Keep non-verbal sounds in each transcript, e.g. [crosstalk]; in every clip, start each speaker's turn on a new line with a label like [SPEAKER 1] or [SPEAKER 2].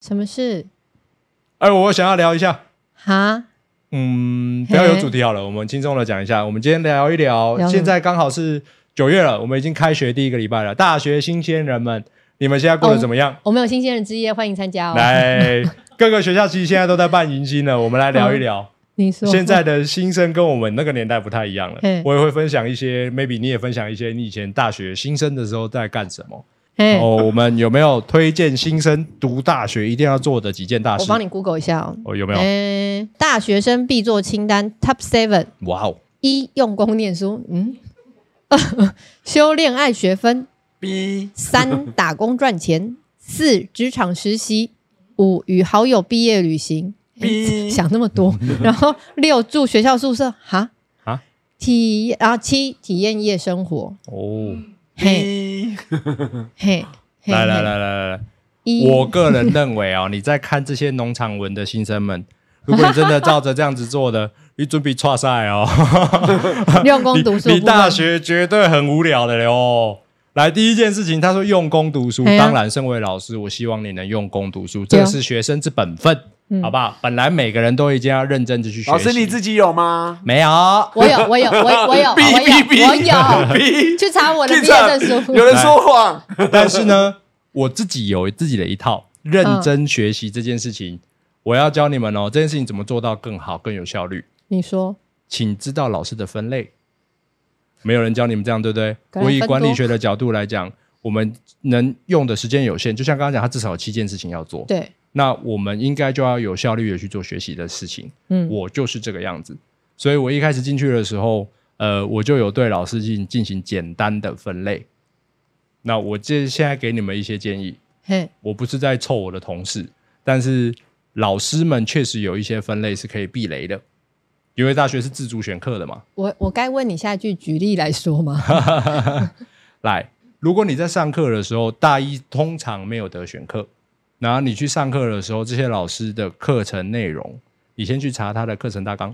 [SPEAKER 1] 什么事？
[SPEAKER 2] 哎，我想要聊一下，
[SPEAKER 1] 哈？
[SPEAKER 2] 嗯，
[SPEAKER 1] 嘿
[SPEAKER 2] 不要有主题好了，我们轻松的讲一下。我们今天聊一聊，
[SPEAKER 1] 聊什么
[SPEAKER 2] 现在刚好是九月了，我们已经开学第一个礼拜了。大学新鲜人们，你们现在过得怎么样？
[SPEAKER 1] 我们有新鲜人之夜，欢迎参加哦。
[SPEAKER 2] 来，各个学校其实现在都在办迎新了，我们来聊一聊。
[SPEAKER 1] 你说
[SPEAKER 2] 现在的新生跟我们那个年代不太一样了
[SPEAKER 1] 嘿，
[SPEAKER 2] 我也会分享一些，maybe 你也分享一些你以前大学新生的时候在干什么。
[SPEAKER 1] 嘿
[SPEAKER 2] 哦，我们有没有推荐新生读大学一定要做的几件大
[SPEAKER 1] 我
[SPEAKER 2] 事？
[SPEAKER 1] 帮你 Google 一下哦。
[SPEAKER 2] 哦，有没有？
[SPEAKER 1] 哎，大学生必做清单 Top Seven：
[SPEAKER 2] 哇哦，
[SPEAKER 1] 一、用功念书，嗯； [laughs] 二、修炼爱学分；
[SPEAKER 3] B
[SPEAKER 1] 三、打工赚
[SPEAKER 2] [laughs]
[SPEAKER 1] 钱；四、职场实习；五、与好友毕业旅行。哎
[SPEAKER 3] B
[SPEAKER 1] 想那么
[SPEAKER 2] [laughs]
[SPEAKER 1] 多，然后六住学校宿舍，哈
[SPEAKER 2] 啊
[SPEAKER 1] 体，然后七体验夜生活，
[SPEAKER 2] 哦，
[SPEAKER 1] 嘿
[SPEAKER 3] B
[SPEAKER 1] 嘿，嘿
[SPEAKER 2] 来来，
[SPEAKER 1] 嘿
[SPEAKER 2] 来来来。
[SPEAKER 1] 一 [laughs]
[SPEAKER 2] 我个人认为哦，你在看这些农场文的新生们， [laughs] 如果你真的照着这样子做的， [laughs] 你准备错
[SPEAKER 1] [laughs]
[SPEAKER 2] 赛哦，
[SPEAKER 1] 用功读书，
[SPEAKER 2] 你你大学绝对很无聊的哦。来，第一件事情，他说用功读书。
[SPEAKER 1] 哎呀
[SPEAKER 2] 当然，身为老师，我希望你能用功读书，这
[SPEAKER 1] 对啊
[SPEAKER 2] 个是学生之本分，
[SPEAKER 1] 嗯
[SPEAKER 2] 好不好？本来每个人都一定要认真的去学习。
[SPEAKER 3] [laughs] 老师你自己有吗
[SPEAKER 2] [laughs] 没有？
[SPEAKER 1] 我有我有我
[SPEAKER 2] [laughs]
[SPEAKER 1] 有我有
[SPEAKER 3] 哔
[SPEAKER 1] 我
[SPEAKER 3] 哔哔
[SPEAKER 1] 有我有，
[SPEAKER 3] ？B
[SPEAKER 1] [laughs] 去查我的毕
[SPEAKER 3] 进场
[SPEAKER 1] 业证
[SPEAKER 2] [laughs]
[SPEAKER 1] 书
[SPEAKER 3] 有，人说谎，
[SPEAKER 2] 但是呢，我自己有自己的一套认
[SPEAKER 1] 嗯
[SPEAKER 2] 真学习这件事情，我要教你们哦，这件事情怎么做到更好、更有效率。
[SPEAKER 1] 你说
[SPEAKER 2] 请知道老师的分类。没有人教你们这样，对不对？
[SPEAKER 1] 感觉
[SPEAKER 2] 我以
[SPEAKER 1] 分
[SPEAKER 2] 管理
[SPEAKER 1] 多
[SPEAKER 2] 学的角度来讲，我们能用的时间有限，就像刚刚讲，他至少有七件事情要做。
[SPEAKER 1] 对，
[SPEAKER 2] 那我们应该就要有效率的去做学习的事情。
[SPEAKER 1] 嗯，
[SPEAKER 2] 我就是这个样子，所以我一开始进去的时候，呃，我就有对老师进进行简单的分类。那我这现在给你们一些建议，
[SPEAKER 1] 嘿，
[SPEAKER 2] 我不是在臭我的同事，但是老师们确实有一些分类是可以避雷的，因为大学是自主选课的嘛。
[SPEAKER 1] 我我该问你下一句举例来说吗？
[SPEAKER 2] 来，如果你在上课的时候，大一通常没有得选课，然后你去上课的时候，这些老师的课程内容，你先去查他的课程大纲。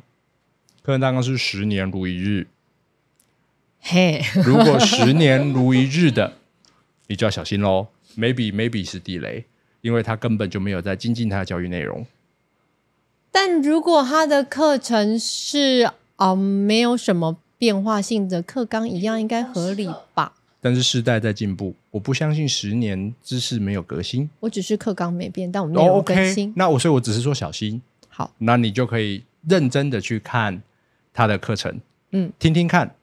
[SPEAKER 2] 课程大纲是十年如一日，
[SPEAKER 1] 嘿， [laughs]
[SPEAKER 2] 如果十年如一日的，你就要小心喽。Maybe maybe 是地雷，因为他根本就没有在精进他的教育内容。
[SPEAKER 1] 但如果他的课程是啊没有什么变化性的课纲一样，应该合理吧？
[SPEAKER 2] 但是世代在进步，我不相信十年知识没有革新。
[SPEAKER 1] 我只是课纲没变，但我们内
[SPEAKER 2] 哦
[SPEAKER 1] 容更
[SPEAKER 2] ，OK，
[SPEAKER 1] 新。
[SPEAKER 2] 那我所以我只是说小心，
[SPEAKER 1] 好，
[SPEAKER 2] 那你就可以认真的去看他的课程，
[SPEAKER 1] 嗯，
[SPEAKER 2] 听听看。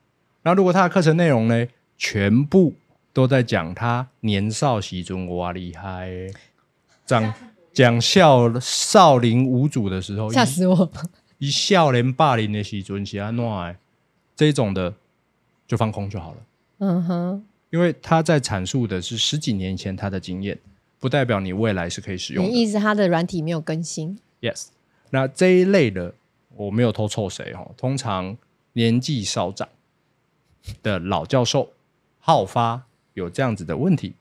[SPEAKER 2] 那如果他的课程内容呢，全部都在讲他年少时阵我厉害的，讲讲少少林五祖的时候，
[SPEAKER 1] 吓死我！
[SPEAKER 2] 一少年霸凌的时阵是安怎的，这种的就放空就好了。
[SPEAKER 1] 嗯哼，
[SPEAKER 2] 因为他在阐述的是十几年前他的经验，不代表你未来是可以使用
[SPEAKER 1] 你
[SPEAKER 2] 的。
[SPEAKER 1] 意思他的软体没有更新？
[SPEAKER 2] Yes，那这一类的我没有偷臭谁哦，通常年纪稍长的老教授好发有这样子的问题。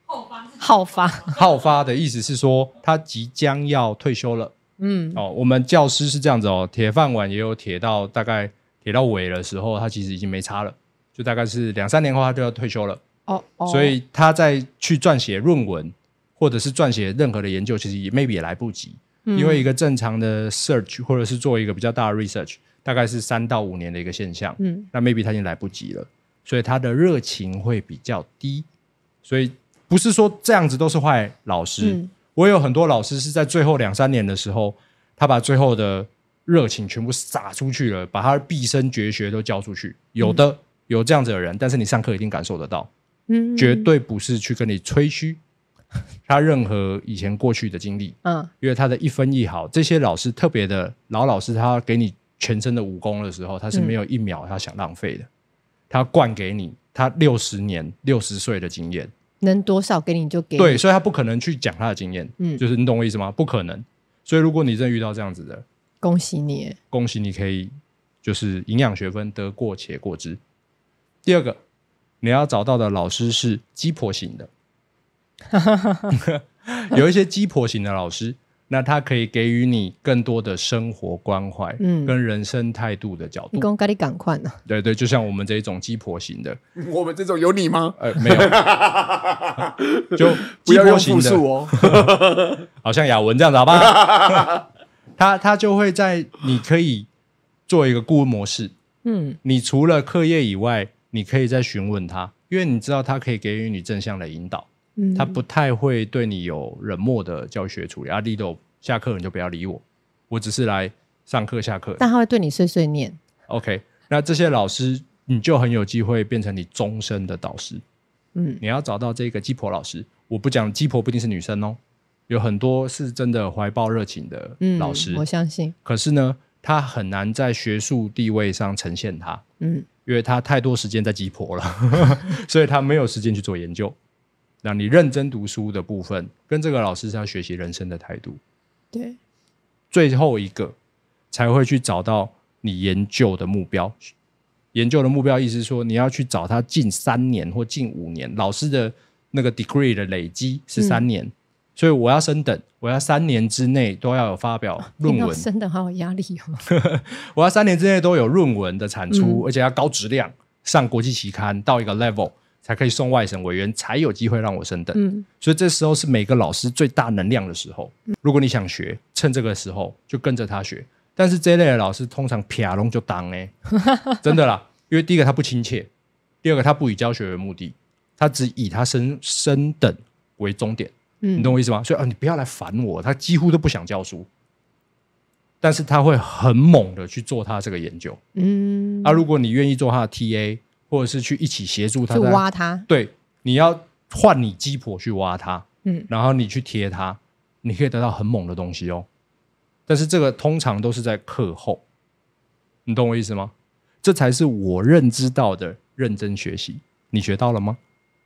[SPEAKER 1] 好发，
[SPEAKER 2] 好发的意思是说他即将要退休了。
[SPEAKER 1] 嗯，
[SPEAKER 2] 哦，我们教师是这样子哦，铁饭碗也有铁到大概铁到尾的时候，他其实已经没差了，就大概是两三年后他就要退休了。
[SPEAKER 1] 哦哦，
[SPEAKER 2] 所以他在去撰写论文或者是撰写任何的研究，其实也 maybe 也来不及，
[SPEAKER 1] 嗯
[SPEAKER 2] 因为一个正常的 search 或者是做一个比较大的 research，大概是三到五年的一个现象，
[SPEAKER 1] 嗯，
[SPEAKER 2] 那 maybe 他已经来不及了，所以他的热情会比较低，所以不是说这样子都是坏老师，
[SPEAKER 1] 嗯
[SPEAKER 2] 我有很多老师是在最后两三年的时候，他把最后的热情全部撒出去了，把他毕生绝学都教出去，有的。有这样子的人，但是你上课一定感受得到，
[SPEAKER 1] 嗯
[SPEAKER 2] 绝对不是去跟你吹嘘他任何以前过去的经历，
[SPEAKER 1] 嗯
[SPEAKER 2] 因为他的一分一毫，这些老师特别的老老师，他给你全身的武功的时候，他是
[SPEAKER 1] 嗯
[SPEAKER 2] 没有一秒他想浪费的，他灌给你他六十年六十岁的经验，
[SPEAKER 1] 能多少给你就给你，
[SPEAKER 2] 对，所以他不可能去讲他的经验，
[SPEAKER 1] 嗯
[SPEAKER 2] 就是你懂我意思吗？不可能。所以如果你真的遇到这样子的，
[SPEAKER 1] 恭喜你，
[SPEAKER 2] 恭喜你可以就是营养学分得过且过之。第二个，你要找到的老师 [laughs] 是鸡婆型的，有一些鸡婆型的老师，那它可以给予你更多的生活关怀，
[SPEAKER 1] 嗯
[SPEAKER 2] 跟人生态度的角
[SPEAKER 1] 你
[SPEAKER 2] 度。
[SPEAKER 1] 跟我咖喱赶快呢？
[SPEAKER 2] 对对，就像我们这一种鸡婆型的，
[SPEAKER 3] 我们这种有你吗？
[SPEAKER 1] [laughs]
[SPEAKER 2] 呃，没有，就
[SPEAKER 3] [laughs] 不
[SPEAKER 2] 鸡
[SPEAKER 3] 要
[SPEAKER 2] 婆
[SPEAKER 3] 用
[SPEAKER 2] 型
[SPEAKER 3] 复
[SPEAKER 2] 的，
[SPEAKER 3] 数哦。
[SPEAKER 2] 好像雅文这样子，好吧？ [laughs] 他他就会在你可以做一个顾问模式，
[SPEAKER 1] 嗯
[SPEAKER 2] 你除了课业以外，你可以再询问他，因为你知道他可以给予你正向的引导，
[SPEAKER 1] 嗯，
[SPEAKER 2] 他不太会对你有冷漠的教学处理。阿弟都下课你就不要理我，我只是来上课下课。
[SPEAKER 1] 但他会对你碎碎念。
[SPEAKER 2] OK，那这些老师你就很有机会变成你终身的导师。
[SPEAKER 1] 嗯
[SPEAKER 2] 你要找到这个鸡婆老师，我不讲鸡婆不一定是女生哦，有很多是真的怀抱热情的
[SPEAKER 1] 嗯，
[SPEAKER 2] 老师，
[SPEAKER 1] 我相信。
[SPEAKER 2] 可是呢，他很难在学术地位上呈现他。
[SPEAKER 1] 嗯
[SPEAKER 2] 因为他太多时间在鸡婆了， [laughs] 所以他没有时间去做研究。那你认真读书的部分，跟这个老师是要学习人生的态度。，
[SPEAKER 1] 对，
[SPEAKER 2] 最后一个才会去找到你研究的目标。研究的目标意思是说，你要去找他近三年或近五年老师的那个 degree 的累积
[SPEAKER 1] 嗯
[SPEAKER 2] 是三年，所以我要升等，我要三年之内都要有发表论
[SPEAKER 1] 听到
[SPEAKER 2] 文，
[SPEAKER 1] 真的好有压力哦。
[SPEAKER 2] 我要三年之内都有论文的产出，
[SPEAKER 1] 嗯
[SPEAKER 2] 而且要高质量，上国际期刊到一个 level 才可以送外省委员，才有机会让我升等。
[SPEAKER 1] 嗯，
[SPEAKER 2] 所以这时候是每个老师最大能量的时候。如果你想学，趁这个时候就跟着他学。但是这一类的老师通常啪隆就当
[SPEAKER 1] [laughs]
[SPEAKER 2] 哎、真的啦，因为第一个他不亲切，第二个他不以教学为目的，他只以他升升等为终点。
[SPEAKER 1] 嗯
[SPEAKER 2] 你懂我意思吗？所以啊，你不要来烦我，他几乎都不想教书，但是他会很猛的去做他这个研究。
[SPEAKER 1] 嗯，
[SPEAKER 2] 啊，如果你愿意做他的 TA，或者是去一起协助他
[SPEAKER 1] 就
[SPEAKER 2] 在
[SPEAKER 1] 挖他。
[SPEAKER 2] 对，你要换你鸡婆去挖它，
[SPEAKER 1] 嗯
[SPEAKER 2] 嗯，然后你去贴它，你可以得到很猛的东西哦。但是这个通常都是在课后，你懂我意思吗？这才是我认知到的认真学习。你学到了吗？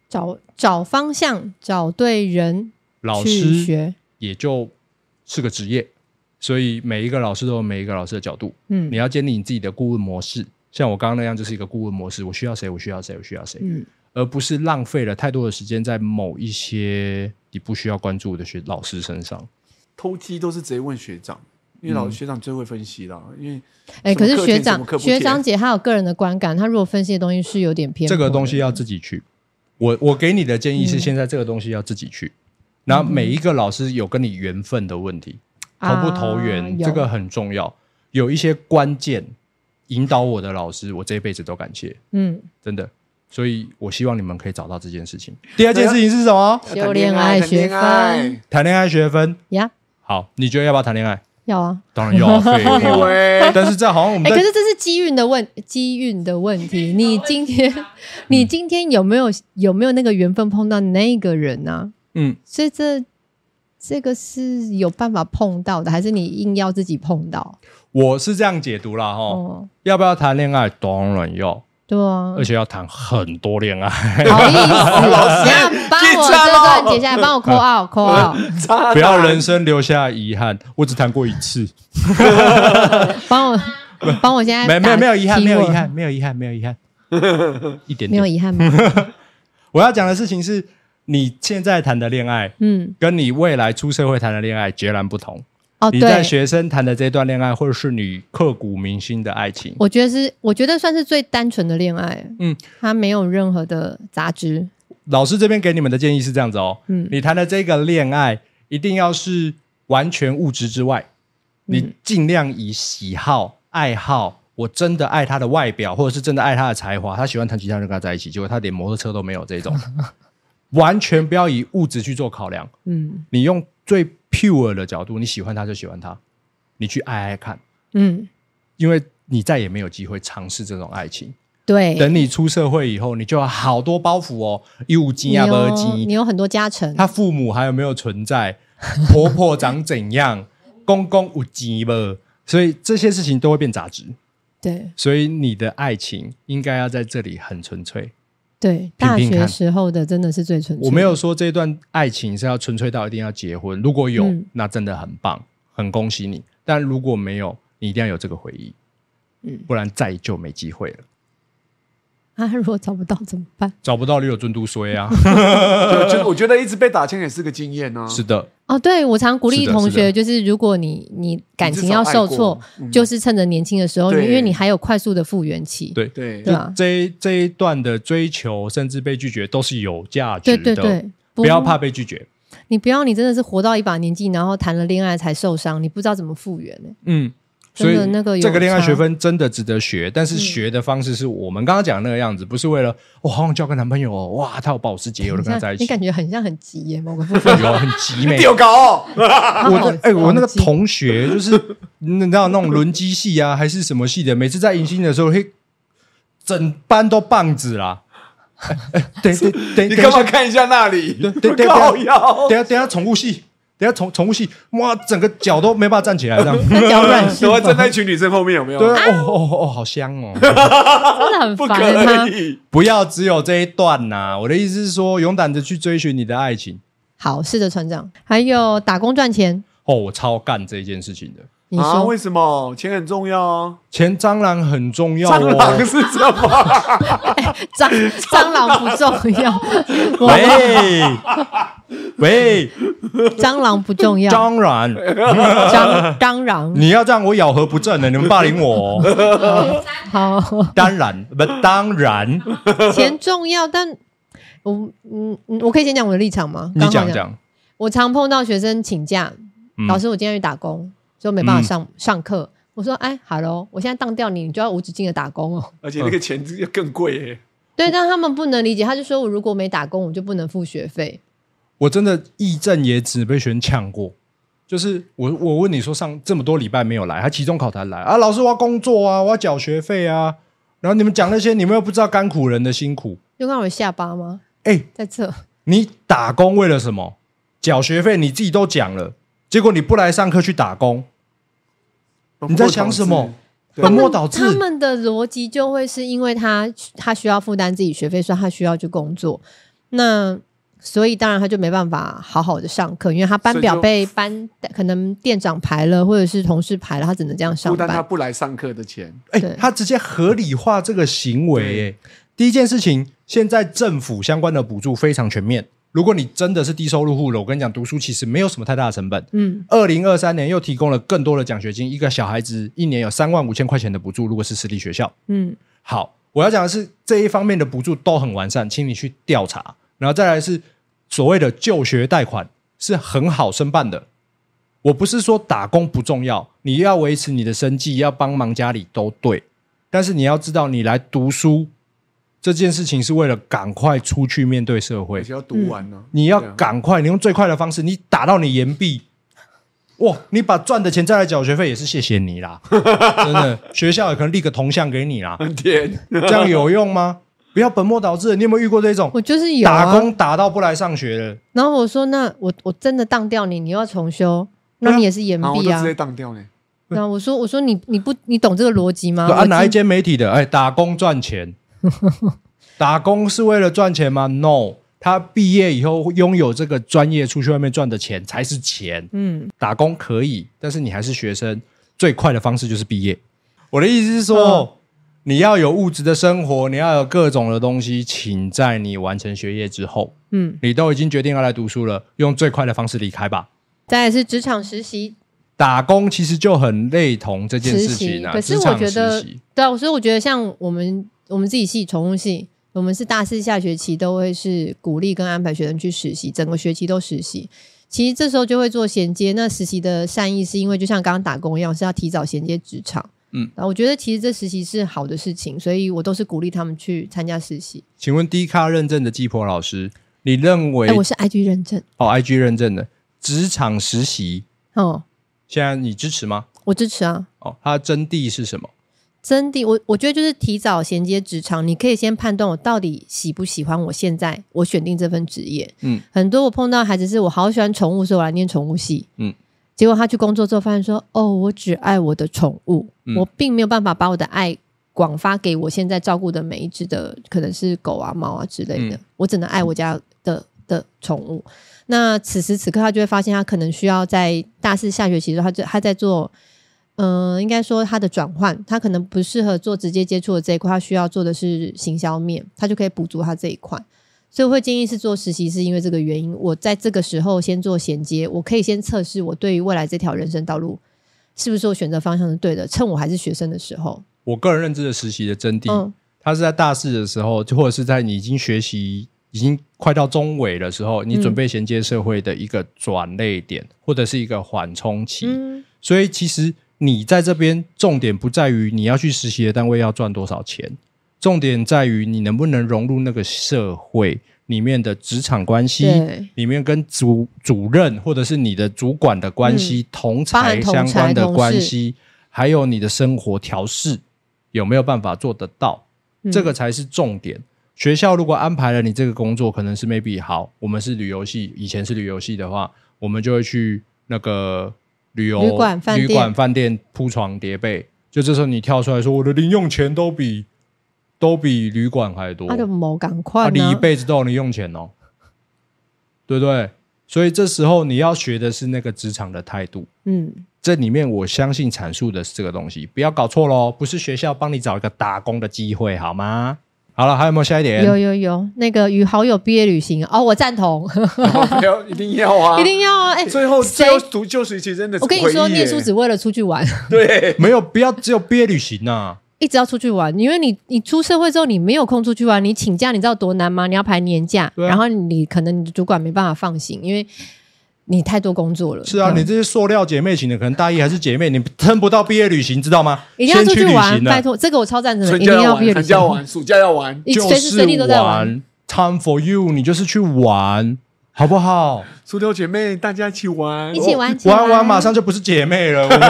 [SPEAKER 1] 找找方向，找对人
[SPEAKER 2] 老
[SPEAKER 1] 去
[SPEAKER 2] 师
[SPEAKER 1] 学。
[SPEAKER 2] 也就是个职业，所以每一个老师都有每一个老师的角度。
[SPEAKER 1] 嗯
[SPEAKER 2] 你要建立你自己的顾问模式，像我刚刚那样，就是一个顾问模式。我需要谁？我需要谁？我需要谁？
[SPEAKER 1] 嗯
[SPEAKER 2] 而不是浪费了太多的时间在某一些你不需要关注的学老师身上。
[SPEAKER 3] [laughs] 偷鸡都是直接问学长，因为老学长最会分析啦。因为
[SPEAKER 1] 哎、
[SPEAKER 3] 什么
[SPEAKER 1] 可是
[SPEAKER 3] 课
[SPEAKER 1] 学
[SPEAKER 3] 件什
[SPEAKER 1] 长
[SPEAKER 3] 么课不
[SPEAKER 1] 学
[SPEAKER 3] 贴
[SPEAKER 1] 长姐她有个人的观感，她如果分析的东西是有点偏颇
[SPEAKER 2] 这
[SPEAKER 1] 的，嗯
[SPEAKER 2] 个东西要自己去。我我给你的建议是，现在这个东西要自己去。然后每一个老师有跟你缘分的问题，投不投缘、
[SPEAKER 1] 啊
[SPEAKER 2] 这个很重要。有一些关键引导我的老师，我这一辈子都感谢，
[SPEAKER 1] 有嗯，
[SPEAKER 2] 真的。所以我希望你们可以找到这件事情。第二件事情是什么？
[SPEAKER 1] [laughs] 修恋爱学分
[SPEAKER 3] 分，
[SPEAKER 2] 谈恋爱学分。
[SPEAKER 1] 呀，
[SPEAKER 2] 好，你觉得要不要谈恋爱？
[SPEAKER 1] 要啊。
[SPEAKER 2] 当然
[SPEAKER 1] [laughs]
[SPEAKER 2] 要啊，废
[SPEAKER 3] 我以
[SPEAKER 2] 话
[SPEAKER 3] 为
[SPEAKER 2] 但是这好像我们
[SPEAKER 1] 哎、
[SPEAKER 2] 在
[SPEAKER 1] 可是这是机运的问机运的问题。你今天 [laughs] 你今天有没有有没有那个缘分碰到那个人呢、
[SPEAKER 2] 嗯，
[SPEAKER 1] 所以这这个是有办法碰到的，还是你硬要自己碰到？
[SPEAKER 2] 我是这样解读啦哈、
[SPEAKER 1] 哦，
[SPEAKER 2] 要不要谈恋爱？当然要，
[SPEAKER 1] 对啊
[SPEAKER 2] 而，且要谈很多恋爱，
[SPEAKER 1] 好意思，你要帮
[SPEAKER 2] [laughs]
[SPEAKER 1] 我这段解下来，帮我扣 out 扣 out，
[SPEAKER 3] 渣
[SPEAKER 1] 啊
[SPEAKER 2] 不要
[SPEAKER 3] 男
[SPEAKER 2] 人生留下遗憾。我只谈过一次，
[SPEAKER 1] 帮我帮我现在
[SPEAKER 2] 没没有没有遗憾，没有遗
[SPEAKER 1] 啊打
[SPEAKER 2] 憾，没有遗憾，没有
[SPEAKER 1] [laughs]
[SPEAKER 2] 遗憾，一
[SPEAKER 1] 提
[SPEAKER 2] 点
[SPEAKER 1] 问，没有
[SPEAKER 2] 点。
[SPEAKER 1] 遗憾吗？
[SPEAKER 2] 我要讲的事情是，你现在谈的恋爱，
[SPEAKER 1] 嗯，
[SPEAKER 2] 跟你未来出社会谈的恋爱截然不同。
[SPEAKER 1] 哦
[SPEAKER 2] 你在
[SPEAKER 1] 对，
[SPEAKER 2] 学生谈的这段恋爱，或者是你刻骨铭心的爱情，
[SPEAKER 1] 我觉得是我觉得算是最单纯的恋爱，
[SPEAKER 2] 嗯，
[SPEAKER 1] 它没有任何的杂质，
[SPEAKER 2] 老师这边给你们的建议是这样子哦，
[SPEAKER 1] 嗯
[SPEAKER 2] 你谈的这个恋爱一定要是完全物质之外，你尽量以喜好、爱好，我真的爱他的外表，或者是真的爱他的才华，他喜欢弹吉他就跟他在一起，结果他连摩托车都没有这种，完全不要以物质去做考量，
[SPEAKER 1] 嗯
[SPEAKER 2] 你用最 pure 的角度，你喜欢他就喜欢他，你去爱爱看，
[SPEAKER 1] 嗯，
[SPEAKER 2] 因为你再也没有机会尝试这种爱情。
[SPEAKER 1] 对，
[SPEAKER 2] 等你出社会以后，你就有好多包袱哦，又
[SPEAKER 1] 你
[SPEAKER 2] 金啊，
[SPEAKER 1] 有
[SPEAKER 2] 不金
[SPEAKER 1] 你，有很多加成，
[SPEAKER 2] 他父母还有没有存在，婆婆长
[SPEAKER 1] [laughs]
[SPEAKER 2] 怎样，公公有钱吗？所以这些事情都会变杂质。
[SPEAKER 1] 对
[SPEAKER 2] 所以你的爱情应该要在这里很纯粹。
[SPEAKER 1] 对，
[SPEAKER 2] 拼
[SPEAKER 1] 大
[SPEAKER 2] 拼
[SPEAKER 1] 学
[SPEAKER 2] 看
[SPEAKER 1] 时候的真的是最纯粹，
[SPEAKER 2] 我没有说这段爱情是要纯粹到一定要结婚，如果有，
[SPEAKER 1] 嗯
[SPEAKER 2] 那真的很棒，很恭喜你。但如果没有，你一定要有这个回忆，
[SPEAKER 1] 嗯
[SPEAKER 2] 不然再就没机会了。
[SPEAKER 1] 那、啊如果找不到怎么
[SPEAKER 2] [laughs]
[SPEAKER 1] 办？
[SPEAKER 2] 找不到你有尊嘟衰
[SPEAKER 1] [laughs]
[SPEAKER 2] 啊。
[SPEAKER 3] 就就我觉得一直被打枪也是个经验呢、啊。
[SPEAKER 2] 是的，
[SPEAKER 1] 哦，对我常鼓励
[SPEAKER 2] 是的
[SPEAKER 1] 同
[SPEAKER 2] 是的
[SPEAKER 1] 学，就是如果你你感
[SPEAKER 3] 至
[SPEAKER 1] 情
[SPEAKER 3] 少
[SPEAKER 1] 要
[SPEAKER 3] 爱
[SPEAKER 1] 受
[SPEAKER 3] 过
[SPEAKER 1] 挫，
[SPEAKER 3] 嗯
[SPEAKER 1] 就是趁着年轻的时候，
[SPEAKER 3] 对
[SPEAKER 1] 因为你还有快速的复原期。
[SPEAKER 2] 对
[SPEAKER 3] 对
[SPEAKER 1] 对啊
[SPEAKER 2] 这一这一段的追求，甚至被拒绝，都是有价值
[SPEAKER 1] 对对
[SPEAKER 2] 的。
[SPEAKER 1] 对，
[SPEAKER 2] 不要怕被拒绝。
[SPEAKER 1] 你不要你真的是活到一把年纪，然后谈了恋爱才受伤，你不知道怎么复原呢、欸
[SPEAKER 2] 嗯，
[SPEAKER 1] 真
[SPEAKER 2] 所以
[SPEAKER 1] 的那个有
[SPEAKER 2] 这个恋爱
[SPEAKER 1] 差嗯
[SPEAKER 2] 学分真的值得学，但是学的方式是我们刚刚讲的那个样子，不是为了我、哦、好想交个男朋友哦，哇，他有保时捷，我就跟他在一
[SPEAKER 1] 你
[SPEAKER 2] 起。
[SPEAKER 1] 感觉很像很急耶，某个部分。
[SPEAKER 2] 有很急
[SPEAKER 1] [laughs]
[SPEAKER 2] 美，
[SPEAKER 3] 丢搞、哦，
[SPEAKER 2] [laughs] 我的哎、
[SPEAKER 1] 好
[SPEAKER 2] 我那
[SPEAKER 1] [laughs]
[SPEAKER 2] 个
[SPEAKER 1] 好急
[SPEAKER 2] 同学就是，你知道那种轮机系啊，还是什么系的，每次在迎新的时候，嘿，整班都棒子啦。哎哎等等等，等一
[SPEAKER 3] 你干嘛
[SPEAKER 2] 下
[SPEAKER 3] 看一下那里？
[SPEAKER 2] 对
[SPEAKER 3] [laughs]
[SPEAKER 2] 对对
[SPEAKER 3] 靠
[SPEAKER 2] 对
[SPEAKER 3] 腰
[SPEAKER 2] 等一，下等一下宠物系，等一下宠宠物系，哇，整个脚都没办法站起来，
[SPEAKER 1] [laughs]
[SPEAKER 2] 这样。
[SPEAKER 1] 那脚软是
[SPEAKER 3] 我
[SPEAKER 1] 吧？
[SPEAKER 3] 站在一群女生后面有没有？
[SPEAKER 2] 对啊，哦哦哦，好香哦！
[SPEAKER 1] 真的很
[SPEAKER 3] [laughs] 不
[SPEAKER 1] 烦欸
[SPEAKER 3] 可
[SPEAKER 1] 他。
[SPEAKER 3] 以。
[SPEAKER 2] 不要只有这一段呐、我的意思是说，勇敢的去追寻你的爱情。
[SPEAKER 1] 好，是的，船长。还有打工赚钱，
[SPEAKER 2] 哦，我超干这件事情的。
[SPEAKER 1] 你
[SPEAKER 3] 啊，
[SPEAKER 1] 说、
[SPEAKER 3] 为什么钱很重要啊？
[SPEAKER 2] 钱蟑螂很重要
[SPEAKER 3] 蟑螂
[SPEAKER 2] 哦。
[SPEAKER 3] 是什么？
[SPEAKER 1] 蟑蟑螂不重要，
[SPEAKER 3] [laughs]
[SPEAKER 1] 我
[SPEAKER 2] 喂喂，
[SPEAKER 1] 蟑螂不重要，
[SPEAKER 2] 当然，
[SPEAKER 1] 蟑蟑螂
[SPEAKER 2] 你要这样，我咬合不正的，你们霸凌我、哦。
[SPEAKER 1] 好。
[SPEAKER 2] 当然，不，当然，
[SPEAKER 1] 钱重要，但我嗯嗯，我可以先讲我的立场吗？
[SPEAKER 2] 你
[SPEAKER 1] 刚好
[SPEAKER 2] 讲，讲，
[SPEAKER 1] 我常碰到学生请假，
[SPEAKER 2] 嗯
[SPEAKER 1] 老师我今天要去打工，就没办法上、上课。我说，哎，hello，我现在当掉你，你就要无止境的打工
[SPEAKER 2] [laughs]
[SPEAKER 1] 哦。
[SPEAKER 3] 而且那个
[SPEAKER 2] 嗯
[SPEAKER 3] 钱要更贵耶、
[SPEAKER 1] 对，但他们不能理解，他就说我如果没打工，我就不能付学费。
[SPEAKER 2] 我真的义正言辞被学生呛过。就是我，我问你说上这么多礼拜没有来，还期中考才来啊？老师，我要工作啊，我要缴学费啊。然后你们讲那些，你们又不知道甘苦人的辛苦。
[SPEAKER 1] 就看我的下巴吗？
[SPEAKER 2] 哎、
[SPEAKER 1] 在这，
[SPEAKER 2] 你打工为了什么？缴学费你自己都讲了，结果你不来上课去打工，你在想什么？
[SPEAKER 3] 对
[SPEAKER 2] 本末倒置
[SPEAKER 1] 他。们的逻辑就会是因为他他需要负担自己学费，所以他需要去工作。那所以当然他就没办法好好的上课，因为他班
[SPEAKER 3] 所以就
[SPEAKER 1] 表被班可能店长排了，或者是同事排了，他只能这样上
[SPEAKER 3] 负担他
[SPEAKER 1] 班。
[SPEAKER 3] 不来上课的钱，
[SPEAKER 2] 哎、
[SPEAKER 1] 对
[SPEAKER 2] 他直接合理化这个行为、哎，第一件事情，现在政府相关的补助非常全面。如果你真的是低收入户了，我跟你讲，读书其实没有什么太大的成本。
[SPEAKER 1] 嗯，
[SPEAKER 2] 二零二三年又提供了更多的奖学金，一个小孩子一年有三万五千块钱的补助，如果是私立学校。
[SPEAKER 1] 嗯，
[SPEAKER 2] 好，我要讲的是这一方面的补助都很完善，请你去调查。然后再来是所谓的就学贷款是很好申办的。我不是说打工不重要，你要维持你的生计，要帮忙家里都对。但是你要知道，你来读书这件事情是为了赶快出去面对社
[SPEAKER 3] 而
[SPEAKER 2] 会，
[SPEAKER 3] 且要读完呢、
[SPEAKER 1] 嗯
[SPEAKER 2] 你要
[SPEAKER 3] 对啊
[SPEAKER 2] 赶快，你用最快的方式，你打到你岩壁。哇！你把赚的钱再来缴学费，也是谢谢你啦，真的。学校也可能立个铜像给你啦，
[SPEAKER 1] [laughs]
[SPEAKER 3] 很甜。
[SPEAKER 2] 这样有用吗？不要本末倒置。你有没有遇过这种
[SPEAKER 1] 我就是有、啊、
[SPEAKER 2] 打工打到不来上学的？
[SPEAKER 1] 然后我说：“那我我真的当掉你，你又要重修，
[SPEAKER 2] 对啊
[SPEAKER 1] 那你也是延
[SPEAKER 3] 然后我
[SPEAKER 1] 毕
[SPEAKER 3] 就
[SPEAKER 1] 啊
[SPEAKER 3] 直接。当
[SPEAKER 1] [laughs]
[SPEAKER 3] 掉呢。”
[SPEAKER 1] 然后我说：“我说你你不你懂这个逻辑吗？
[SPEAKER 2] 对啊，
[SPEAKER 1] 我
[SPEAKER 2] 哪
[SPEAKER 1] 今
[SPEAKER 2] 一间媒体的？哎，打工
[SPEAKER 1] [laughs]
[SPEAKER 2] 赚钱，打工是为了赚钱吗？No，他毕业以后拥有这个专业，出去外面赚的钱才是钱。
[SPEAKER 1] 嗯，
[SPEAKER 2] 打工可以，但是你还是学生，最快的方式就是毕业。我的意思是说，
[SPEAKER 1] 嗯
[SPEAKER 2] 你要有物质的生活，你要有各种的东西，请在你完成学业之后，
[SPEAKER 1] 嗯，
[SPEAKER 2] 你都已经决定要来读书了，用最快的方式离开吧。
[SPEAKER 1] 再来是职场实习，
[SPEAKER 2] 打工其实就很类同这件
[SPEAKER 1] 实
[SPEAKER 2] 事
[SPEAKER 1] 习
[SPEAKER 2] 情啊，，
[SPEAKER 1] 可是
[SPEAKER 2] 职
[SPEAKER 1] 我
[SPEAKER 2] 场
[SPEAKER 1] 觉得
[SPEAKER 2] 实习，
[SPEAKER 1] 对啊，所以我觉得像我们我们自己系宠物系，我们是大四下学期都会是鼓励跟安排学生去实习，整个学期都实习。其实这时候就会做衔接。那实习的善意是因为就像刚刚打工一样，是要提早衔接职场。
[SPEAKER 2] 嗯，
[SPEAKER 1] 啊，我觉得其实这实习是好的事情，所以我都是鼓励他们去参加实习。
[SPEAKER 2] 请问 D 咖认证的季婆老师，你认为、
[SPEAKER 1] 哎、我是 IG 认证
[SPEAKER 2] 哦，IG 认证的职场实习，
[SPEAKER 1] 哦，
[SPEAKER 2] 现在你支持吗？
[SPEAKER 1] 我支持啊。
[SPEAKER 2] 哦，它的真谛是什么？
[SPEAKER 1] 真的，我我觉得就是提早衔接职场，你可以先判断我到底喜不喜欢我现在我选定这份职业。
[SPEAKER 2] 嗯，
[SPEAKER 1] 很多我碰到的孩子是我好喜欢宠物，所以我来念宠物系。
[SPEAKER 2] 嗯，
[SPEAKER 1] 结果他去工作之后发现说，哦，我只爱我的宠物，
[SPEAKER 2] 嗯
[SPEAKER 1] 我并没有办法把我的爱广发给我现在照顾的每一只的，可能是狗啊、猫啊之类的，
[SPEAKER 2] 嗯
[SPEAKER 1] 我只能爱我家的的宠物。那此时此刻，他就会发现他可能需要在大四下学期的时候，他就他在做嗯、应该说它的转换，它可能不适合做直接接触的这一块，它需要做的是行销面，它就可以补足它这一块。所以我会建议是做实习，是因为这个原因。我在这个时候先做衔接，我可以先测试我对于未来这条人生道路是不是我选择方向是对的。趁我还是学生的时候，
[SPEAKER 2] 我个人认知的实习的真谛，
[SPEAKER 1] 嗯
[SPEAKER 2] 它是在大四的时候，就或者是在你已经学习已经快到中尾的时候，
[SPEAKER 1] 嗯
[SPEAKER 2] 你准备衔接社会的一个转类点，或者是一个缓冲期。
[SPEAKER 1] 嗯，
[SPEAKER 2] 所以其实你在这边重点不在于你要去实习的单位要赚多少钱，重点在于你能不能融入那个社会里面的职场关系。
[SPEAKER 1] 对，
[SPEAKER 2] 里面跟主主任或者是你的主管的关系、同
[SPEAKER 1] 包含
[SPEAKER 2] 才
[SPEAKER 1] 同
[SPEAKER 2] 相关
[SPEAKER 1] 才
[SPEAKER 2] 的
[SPEAKER 1] 同
[SPEAKER 2] 关
[SPEAKER 1] 事
[SPEAKER 2] 系，还有你的生活调试有没有办法做得到？
[SPEAKER 1] 嗯
[SPEAKER 2] 这个才是重点。学校如果安排了你这个工作，可能是 maybe 好，我们是旅游系，以前是旅游系的话，我们就会去那个旅游
[SPEAKER 1] 旅馆饭
[SPEAKER 2] 旅
[SPEAKER 1] 店
[SPEAKER 2] 馆饭店铺床叠被。就这时候你跳出来说，我的零用钱都比都比旅馆还多，
[SPEAKER 1] 他的嗯某赶
[SPEAKER 2] 啊
[SPEAKER 1] 快
[SPEAKER 2] 你
[SPEAKER 1] 呢
[SPEAKER 2] 一，辈子都有零用钱哦，对不对？所以这时候你要学的是那个职场的态度。
[SPEAKER 1] 嗯，
[SPEAKER 2] 这里面我相信阐述的是这个东西，不要搞错喽，不是学校帮你找一个打工的机会，好吗？好了，还有没有下一点？
[SPEAKER 1] 有有有，那个与好友毕业旅行哦，我赞同，
[SPEAKER 3] 没有一定要啊，
[SPEAKER 1] 一定要啊！哎、
[SPEAKER 3] 最后
[SPEAKER 1] 谁
[SPEAKER 3] 最后读救赎期真的是
[SPEAKER 1] 我跟你
[SPEAKER 3] 回忆
[SPEAKER 1] 说，
[SPEAKER 3] 耶
[SPEAKER 1] 念书只为了出去玩，
[SPEAKER 3] 对，
[SPEAKER 2] 没有？不要只有毕业旅行呐、
[SPEAKER 1] 一直要出去玩，因为你你出社会之后，你没有空出去玩，你请假你知道多难吗？你要排年假，
[SPEAKER 2] 对啊
[SPEAKER 1] 然后你可能你的主管没办法放行，因为你太多工作了。
[SPEAKER 2] 是啊，
[SPEAKER 1] 对
[SPEAKER 2] 你这些塑料姐妹型的，可能大一还是姐妹，你撑不到毕业旅行，知道吗？
[SPEAKER 1] 一定要
[SPEAKER 2] 先
[SPEAKER 1] 出
[SPEAKER 2] 去
[SPEAKER 1] 去
[SPEAKER 2] 旅
[SPEAKER 1] 玩，
[SPEAKER 2] 行啊
[SPEAKER 1] 拜
[SPEAKER 2] 了，
[SPEAKER 1] 托，这个我超赞成
[SPEAKER 3] [laughs]
[SPEAKER 1] 的，
[SPEAKER 3] 春
[SPEAKER 1] 一
[SPEAKER 3] 假
[SPEAKER 1] 定
[SPEAKER 3] 要
[SPEAKER 1] 要毕业
[SPEAKER 3] 玩，
[SPEAKER 1] 旅
[SPEAKER 3] 寒
[SPEAKER 1] 行
[SPEAKER 3] 假，玩，暑假要玩，
[SPEAKER 1] 你
[SPEAKER 2] 就
[SPEAKER 1] 随时随地
[SPEAKER 2] 是
[SPEAKER 1] 都在玩。
[SPEAKER 2] 玩，Time for you，你就是去玩，好不好？
[SPEAKER 3] 塑料姐妹大家一起玩，哦
[SPEAKER 1] 一起玩，
[SPEAKER 2] 玩完马上就不是姐妹了，我们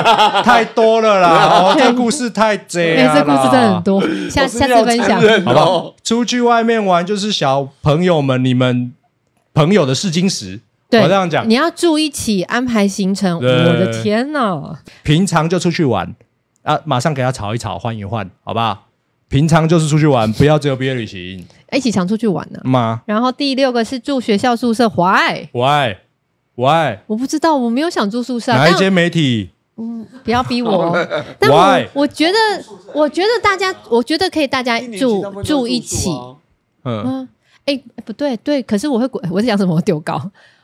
[SPEAKER 2] 太多了啦！
[SPEAKER 1] [laughs]
[SPEAKER 2] 哦，这故事太
[SPEAKER 1] 哎、
[SPEAKER 2] 贼了啦，
[SPEAKER 1] 这故事真的很多，下
[SPEAKER 3] 啊我
[SPEAKER 1] 下
[SPEAKER 3] 真的
[SPEAKER 1] 次
[SPEAKER 3] 要
[SPEAKER 1] 分享
[SPEAKER 3] 残。忍
[SPEAKER 2] 好不好
[SPEAKER 3] 哦，？
[SPEAKER 2] 出去外面玩就是小朋友们，你们朋友的试金石。
[SPEAKER 1] 对，
[SPEAKER 2] 我这样讲
[SPEAKER 1] 你，要住一起安排行程。我
[SPEAKER 2] 对
[SPEAKER 1] 的天呐！
[SPEAKER 2] 平常就出去玩啊，马上给他吵一吵，换一换，好不好？平常就是出去玩，不要只有毕业旅行
[SPEAKER 1] 哎一起常出去玩呢、
[SPEAKER 2] 妈，
[SPEAKER 1] 然后第六个是住学校宿舍，why？
[SPEAKER 2] 喂喂，
[SPEAKER 1] 我不知道，我没有想住宿舍啊，
[SPEAKER 2] 哪一
[SPEAKER 1] 但
[SPEAKER 2] 间媒体？
[SPEAKER 1] 嗯，不要逼我
[SPEAKER 2] [laughs]
[SPEAKER 1] 哦。但
[SPEAKER 2] Why？
[SPEAKER 1] 我我觉得，我觉得大家，我觉得可以大家
[SPEAKER 3] 一年级
[SPEAKER 1] 住
[SPEAKER 3] 大部分都是
[SPEAKER 1] 住一
[SPEAKER 3] 宿
[SPEAKER 1] 起
[SPEAKER 3] 啊。
[SPEAKER 2] 嗯，
[SPEAKER 1] 嗯，哎、不对，对，可是我会鼓， [laughs] 我在讲什么？我丢高，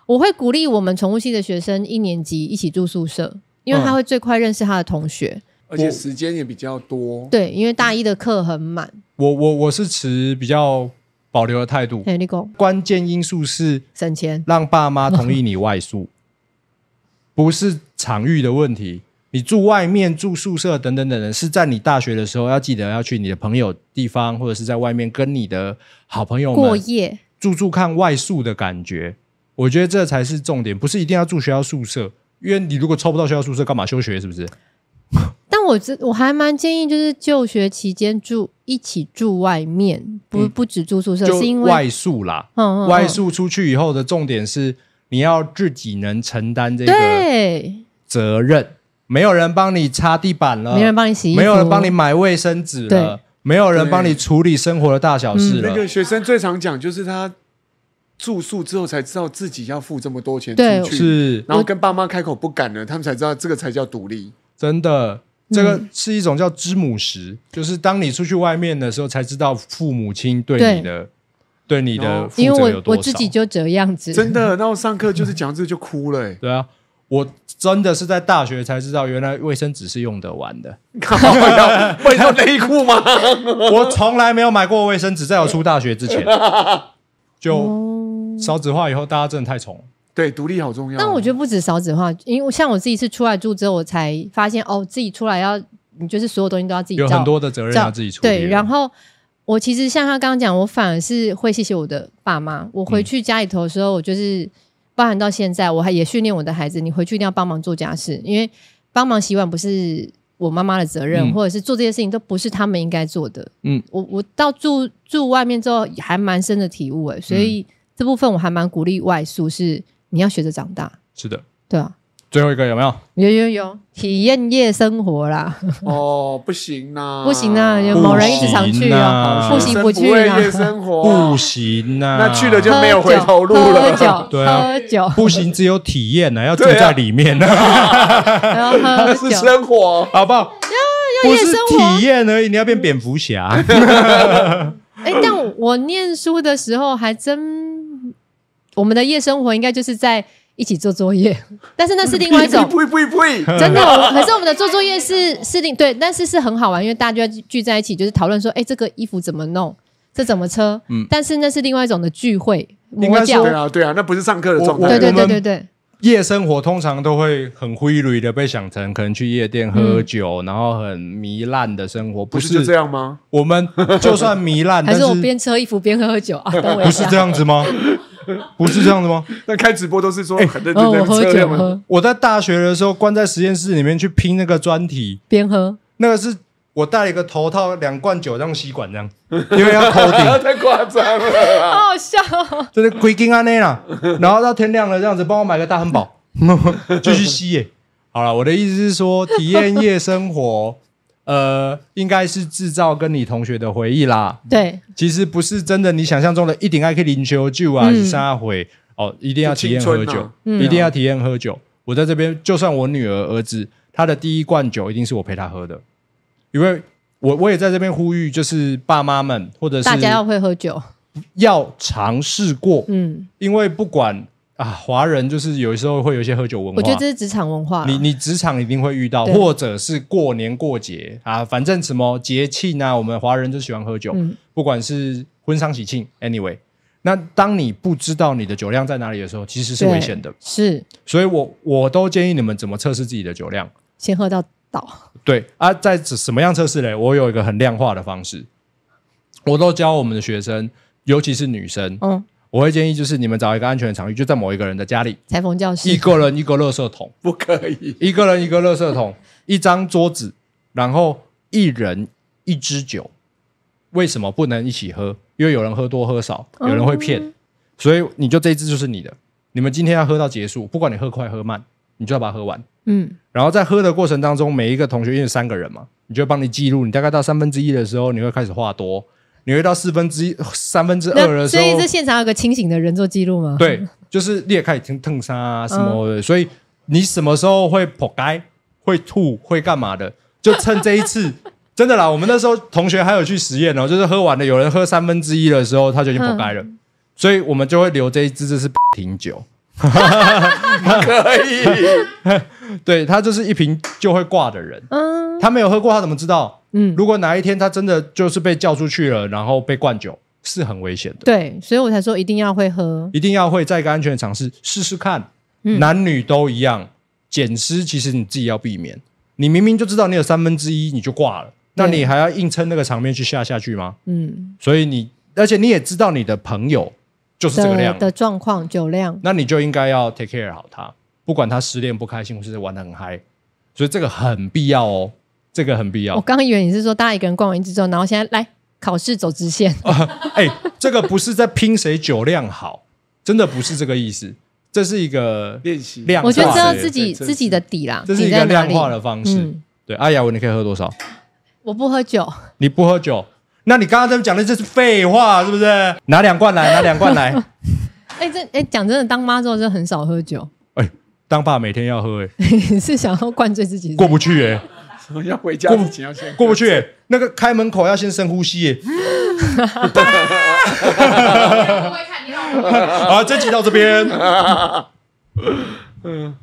[SPEAKER 1] 我会鼓励我们宠物系的学生一年级一起住宿舍，因为他
[SPEAKER 2] 嗯
[SPEAKER 1] 会最快认识他的同学。
[SPEAKER 3] 而且时间也比较多。
[SPEAKER 1] 对，因为大一的课很满。
[SPEAKER 2] 我我我是持比较保留的态度，
[SPEAKER 1] 还有立功
[SPEAKER 2] 关键因素是
[SPEAKER 1] 哎省钱，
[SPEAKER 2] 让爸妈同意你
[SPEAKER 1] [laughs]
[SPEAKER 2] 外宿，不是场域的问题。你住外面、住宿舍等等等等，是在你大学的时候要记得要去你的朋友地方，或者是在外面跟你的好朋友
[SPEAKER 1] 过
[SPEAKER 2] 们
[SPEAKER 1] 夜，
[SPEAKER 2] 住住看外宿的感觉。我觉得这才是重点，不是一定要住学校宿舍，因为你如果抽不到学校宿舍，干嘛休学？是不是？
[SPEAKER 1] 但我这我还蛮建议，就是就学期间住一起住外面，不、
[SPEAKER 2] 嗯
[SPEAKER 1] 不只住宿舍，
[SPEAKER 2] 就是
[SPEAKER 1] 因为
[SPEAKER 2] 外宿啦，
[SPEAKER 1] 嗯嗯嗯
[SPEAKER 2] 外宿出去以后的重点是你要自己能承担这个
[SPEAKER 1] 对，
[SPEAKER 2] 责任，没有人帮你擦地板了，
[SPEAKER 1] 没人帮你洗衣服，
[SPEAKER 2] 呃没有人帮你买卫生纸了
[SPEAKER 1] 对，
[SPEAKER 2] 没有人帮你处理生活的大小事
[SPEAKER 3] 嗯那个
[SPEAKER 2] 了。
[SPEAKER 3] 学生最常讲就是他住宿之后才知道自己要付这么多钱
[SPEAKER 1] 对
[SPEAKER 3] 出去，
[SPEAKER 2] 是
[SPEAKER 3] 然后跟爸妈开口不敢了，他们才知道这个才叫独立。
[SPEAKER 2] 真的，这个
[SPEAKER 1] 嗯
[SPEAKER 2] 是一种叫知母石，就是当你出去外面的时候，才知道父母亲对你的对你的
[SPEAKER 3] 哦
[SPEAKER 2] 负
[SPEAKER 1] 因
[SPEAKER 2] 责
[SPEAKER 1] 为
[SPEAKER 2] 有
[SPEAKER 1] 我
[SPEAKER 2] 多
[SPEAKER 1] 我
[SPEAKER 2] 少，
[SPEAKER 1] 自。己就这样子，
[SPEAKER 3] 真的，那我上课就是讲到这就哭了、欸 [laughs]
[SPEAKER 2] 对啊，我真的是在大学才知道，原来卫生纸是用得完
[SPEAKER 3] [laughs]
[SPEAKER 2] 的。
[SPEAKER 3] 靠要不然就内裤吗？
[SPEAKER 2] 我从来没有买过卫生纸，在我出大学
[SPEAKER 3] [laughs]
[SPEAKER 2] 之前，就
[SPEAKER 1] 哦
[SPEAKER 2] 少子化以后，大家真的太宠了。
[SPEAKER 3] 对，独立好重要。
[SPEAKER 1] 但我觉得不止少子化，因为像我自己是出来住之后，我才发现哦，自己出来要你就是所有东西都要自己
[SPEAKER 2] 有
[SPEAKER 1] 照
[SPEAKER 2] 很多的责任
[SPEAKER 1] 照
[SPEAKER 2] 要自己处理了。
[SPEAKER 1] 对，然后我其实像他刚刚讲，我反而是会谢谢我的爸妈。我
[SPEAKER 2] 嗯
[SPEAKER 1] 回去家里头的时候，我就是包含到现在，我还也训练我的孩子，你回去一定要帮忙做家事，因为帮忙洗碗不是我妈妈的责任，
[SPEAKER 2] 嗯
[SPEAKER 1] 或者是做这些事情都不是他们应该做的。
[SPEAKER 2] 嗯，
[SPEAKER 1] 我我到住住外面之后，还蛮深的体悟欸诶，
[SPEAKER 2] 嗯
[SPEAKER 1] 所以这部分我还蛮鼓励外宿，是你要学着长大，
[SPEAKER 2] 是的，
[SPEAKER 1] 对啊，
[SPEAKER 2] 最后一个有没有？
[SPEAKER 1] 有有有，体验夜生活啦，
[SPEAKER 3] 哦，不行呐，
[SPEAKER 1] 不行啊有某人一直常去
[SPEAKER 2] 啊
[SPEAKER 1] 啊不
[SPEAKER 3] 生
[SPEAKER 1] 行
[SPEAKER 3] 不
[SPEAKER 1] 去
[SPEAKER 3] 会
[SPEAKER 1] 啊
[SPEAKER 3] 夜生
[SPEAKER 1] [laughs]
[SPEAKER 3] 活
[SPEAKER 2] 不行啊呐、
[SPEAKER 3] 那去了就
[SPEAKER 1] 喝
[SPEAKER 3] 没有回
[SPEAKER 1] 酒
[SPEAKER 3] 头路了
[SPEAKER 1] 喝酒，
[SPEAKER 2] [laughs] 对啊
[SPEAKER 1] 喝酒，
[SPEAKER 2] 不行，只有体验 [laughs] 呢、要住
[SPEAKER 3] 对啊
[SPEAKER 2] 在里面呢、
[SPEAKER 1] 然后喝
[SPEAKER 3] 那 [laughs] 是啊
[SPEAKER 1] 酒，
[SPEAKER 3] 生活，
[SPEAKER 2] [laughs] 好不好？
[SPEAKER 1] 要
[SPEAKER 2] 不
[SPEAKER 1] 夜
[SPEAKER 2] 是
[SPEAKER 1] 生活
[SPEAKER 2] 体验而已，你要变蝙蝠侠。
[SPEAKER 1] 哎、但我念书的时候还真，我们的夜生活应该就是在一起做作业， [laughs] 但是那 [laughs] 是另外一种。
[SPEAKER 3] [laughs] 不不
[SPEAKER 1] [laughs]
[SPEAKER 3] 不，
[SPEAKER 2] [laughs]
[SPEAKER 1] 真的，我可是我们的做作业是是另对，但是是很好玩，因为大家聚聚在一起就是讨论说，哎、这个衣服怎么弄，这怎么车，
[SPEAKER 2] 嗯
[SPEAKER 1] 但是那是另外一种的聚会
[SPEAKER 2] 应
[SPEAKER 1] 魔
[SPEAKER 2] 该
[SPEAKER 1] 教
[SPEAKER 2] 说
[SPEAKER 3] 对，啊对啊，那不是上课的状
[SPEAKER 2] 我
[SPEAKER 1] 对
[SPEAKER 3] 态，啊
[SPEAKER 1] 对对
[SPEAKER 2] 我们
[SPEAKER 1] 对对，
[SPEAKER 2] [laughs] 夜生活通常都会很灰绿的被想成可能去夜店喝
[SPEAKER 1] 嗯
[SPEAKER 2] 酒，然后很糜烂的生活，
[SPEAKER 3] 不
[SPEAKER 2] 不
[SPEAKER 3] 是就是这样吗？
[SPEAKER 2] 我们就算糜
[SPEAKER 1] [laughs]
[SPEAKER 2] 烂，
[SPEAKER 1] 还
[SPEAKER 2] 但
[SPEAKER 1] 是我
[SPEAKER 2] 是
[SPEAKER 1] 边吃喝衣服边喝喝酒啊，等我一
[SPEAKER 2] [laughs] 不是
[SPEAKER 1] 下
[SPEAKER 2] 这，样子 [laughs] 吗？不是这样子吗？
[SPEAKER 3] 那开直播都是说很认真
[SPEAKER 1] 嗯，
[SPEAKER 3] 在
[SPEAKER 1] 我喝
[SPEAKER 3] 测
[SPEAKER 1] 酒
[SPEAKER 3] 量吗
[SPEAKER 1] 喝
[SPEAKER 2] 我在大学的时候关在实验室里面去拼那个专题，
[SPEAKER 1] 边喝，
[SPEAKER 2] 那个是我戴了一个头套，两罐酒这样吸管这样，因为要头
[SPEAKER 3] [laughs] 啊
[SPEAKER 2] 顶，
[SPEAKER 3] 太夸张了
[SPEAKER 2] 啊
[SPEAKER 3] 啦，
[SPEAKER 1] 好好笑、哦，
[SPEAKER 2] 就是规定安内
[SPEAKER 3] [laughs]
[SPEAKER 2] 啦，然后到天亮了这样子，帮我买个大汉堡，继续吸耶、好了，我的意思是说，体验夜生
[SPEAKER 3] [laughs]
[SPEAKER 2] 活，呃，应该是制造跟你同学的回忆啦。
[SPEAKER 1] [laughs] 对，
[SPEAKER 2] 其实不是真的你想象中的一顶爱可以零球酒啊，
[SPEAKER 1] 嗯
[SPEAKER 2] 是啥回哦，一定要体验喝
[SPEAKER 3] 就青
[SPEAKER 2] 酒
[SPEAKER 3] 春啊，
[SPEAKER 1] 嗯
[SPEAKER 2] 一定要体验喝酒。我在这边，就算我女儿儿子，他的第一罐酒一定是我陪他喝的，因为我我也在这边呼吁，就是爸妈们或者是
[SPEAKER 1] 大家要会喝酒，
[SPEAKER 2] 要尝试过，
[SPEAKER 1] 嗯，
[SPEAKER 2] 因为不管啊，华人就是有时候会有一些喝酒文化，
[SPEAKER 1] 我觉得这是职场文化啊，
[SPEAKER 2] 你你职场一定会遇到，
[SPEAKER 1] 对
[SPEAKER 2] 或者是过年过节啊，反正什么节庆啊，我们华人就喜欢喝酒，
[SPEAKER 1] 嗯
[SPEAKER 2] 不管是婚丧喜庆，anyway。那当你不知道你的酒量在哪里的时候，其实是危险的
[SPEAKER 1] 对。是
[SPEAKER 2] 所以我我都建议你们怎么测试自己的酒量。
[SPEAKER 1] 先喝到倒，
[SPEAKER 2] 对啊，在怎什么样测试嘞？我有一个很量化的方式，我都教我们的学生，尤其是女生，
[SPEAKER 1] 嗯，
[SPEAKER 2] 我会建议就是你们找一个安全的场域，就在某一个人的家里，
[SPEAKER 1] 裁缝教室
[SPEAKER 2] 一，个人一个垃圾桶，
[SPEAKER 3] 不可以，
[SPEAKER 2] 一个人一个垃圾桶，一张桌子，然后一人一支酒。为什么不能一起喝？因为有人喝多喝少，
[SPEAKER 1] 哦
[SPEAKER 2] 有人会骗，所以你就这一支就是你的。你们今天要喝到结束，不管你喝快喝慢，你就要把它喝完。
[SPEAKER 1] 嗯，
[SPEAKER 2] 然后在喝的过程当中，每一个同学因为三个人嘛，你就会帮你记录。你大概到三分之一的时候，你会开始话多；你会到四分之一、三分之二
[SPEAKER 1] 那
[SPEAKER 2] 的时
[SPEAKER 1] 所
[SPEAKER 2] 候，
[SPEAKER 1] 以这现场有个清醒的人做记录 [laughs] 吗？，
[SPEAKER 2] 对，就是裂开疼疼伤啊什么
[SPEAKER 1] 嗯
[SPEAKER 2] 的，所以你什么时候会破该、会吐、会干嘛的，就趁这一次。真的啦，我们那时候同学还有去实验哦，就是喝完了，有人喝三分之一的时候，他就已经破该了，
[SPEAKER 1] 嗯
[SPEAKER 2] 所以我们就会留这一支，这是瓶酒，
[SPEAKER 1] [laughs]
[SPEAKER 3] 不可以，
[SPEAKER 2] 对他就是一瓶就会挂的人，
[SPEAKER 1] 嗯
[SPEAKER 2] 他没有喝过，他怎么知道？
[SPEAKER 1] 嗯，
[SPEAKER 2] 如果哪一天他真的就是被叫出去了，然后被灌酒，是很危险的。
[SPEAKER 1] 对，所以我才说一定要会喝，
[SPEAKER 2] 一定要会在一个安全的场试试试看，
[SPEAKER 1] 嗯
[SPEAKER 2] 男女都一样。捡尸其实你自己要避免，你明明就知道你有三分之一你就挂了，那
[SPEAKER 1] 对
[SPEAKER 2] 你还要硬撑那个场面去下下去吗？
[SPEAKER 1] 嗯，
[SPEAKER 2] 所以你，而且你也知道你的朋友就是这个
[SPEAKER 1] 的
[SPEAKER 2] 量，
[SPEAKER 1] 的状况酒量，
[SPEAKER 2] 那你就应该要 take care 好他，不管他失恋不开心或是玩的很嗨，所以这个很必要哦，这个很必要
[SPEAKER 1] 我。刚以为你是说大家一个人逛完一次之后，然后现在来考试走直线，
[SPEAKER 2] 哎、这个不是在拼谁酒量好，真的不是这个意思，这是一个
[SPEAKER 3] 练习
[SPEAKER 2] 量化
[SPEAKER 1] 我
[SPEAKER 2] 的。
[SPEAKER 1] 觉得知道
[SPEAKER 3] 对
[SPEAKER 1] 自己
[SPEAKER 3] 对
[SPEAKER 1] 自己的底啦，
[SPEAKER 2] 这是
[SPEAKER 1] 底
[SPEAKER 2] 一
[SPEAKER 1] 在
[SPEAKER 2] 个
[SPEAKER 1] 哪
[SPEAKER 2] 量
[SPEAKER 1] 里？
[SPEAKER 2] 化的方式。
[SPEAKER 1] 嗯
[SPEAKER 2] 对，阿雅文，你可以喝多少？
[SPEAKER 1] 我不喝酒， [laughs]
[SPEAKER 2] 你不喝酒，那你刚刚在讲的这是废话，是不是？拿两罐来，拿两罐
[SPEAKER 1] [laughs]
[SPEAKER 2] 来。
[SPEAKER 1] 哎，这哎讲真的，当妈之后真的很少喝酒，
[SPEAKER 2] 当爸每天要喝、欸，
[SPEAKER 1] 你是想要灌醉自己是不是？
[SPEAKER 2] 过不去、欸，
[SPEAKER 3] [laughs] 要回家之前要先
[SPEAKER 2] 过不去、欸。那个开门口要先深呼吸、
[SPEAKER 4] [laughs]
[SPEAKER 2] 欸， [laughs]
[SPEAKER 4] 不会看你老婆。
[SPEAKER 2] 啊，这集到这边。
[SPEAKER 3] 嗯，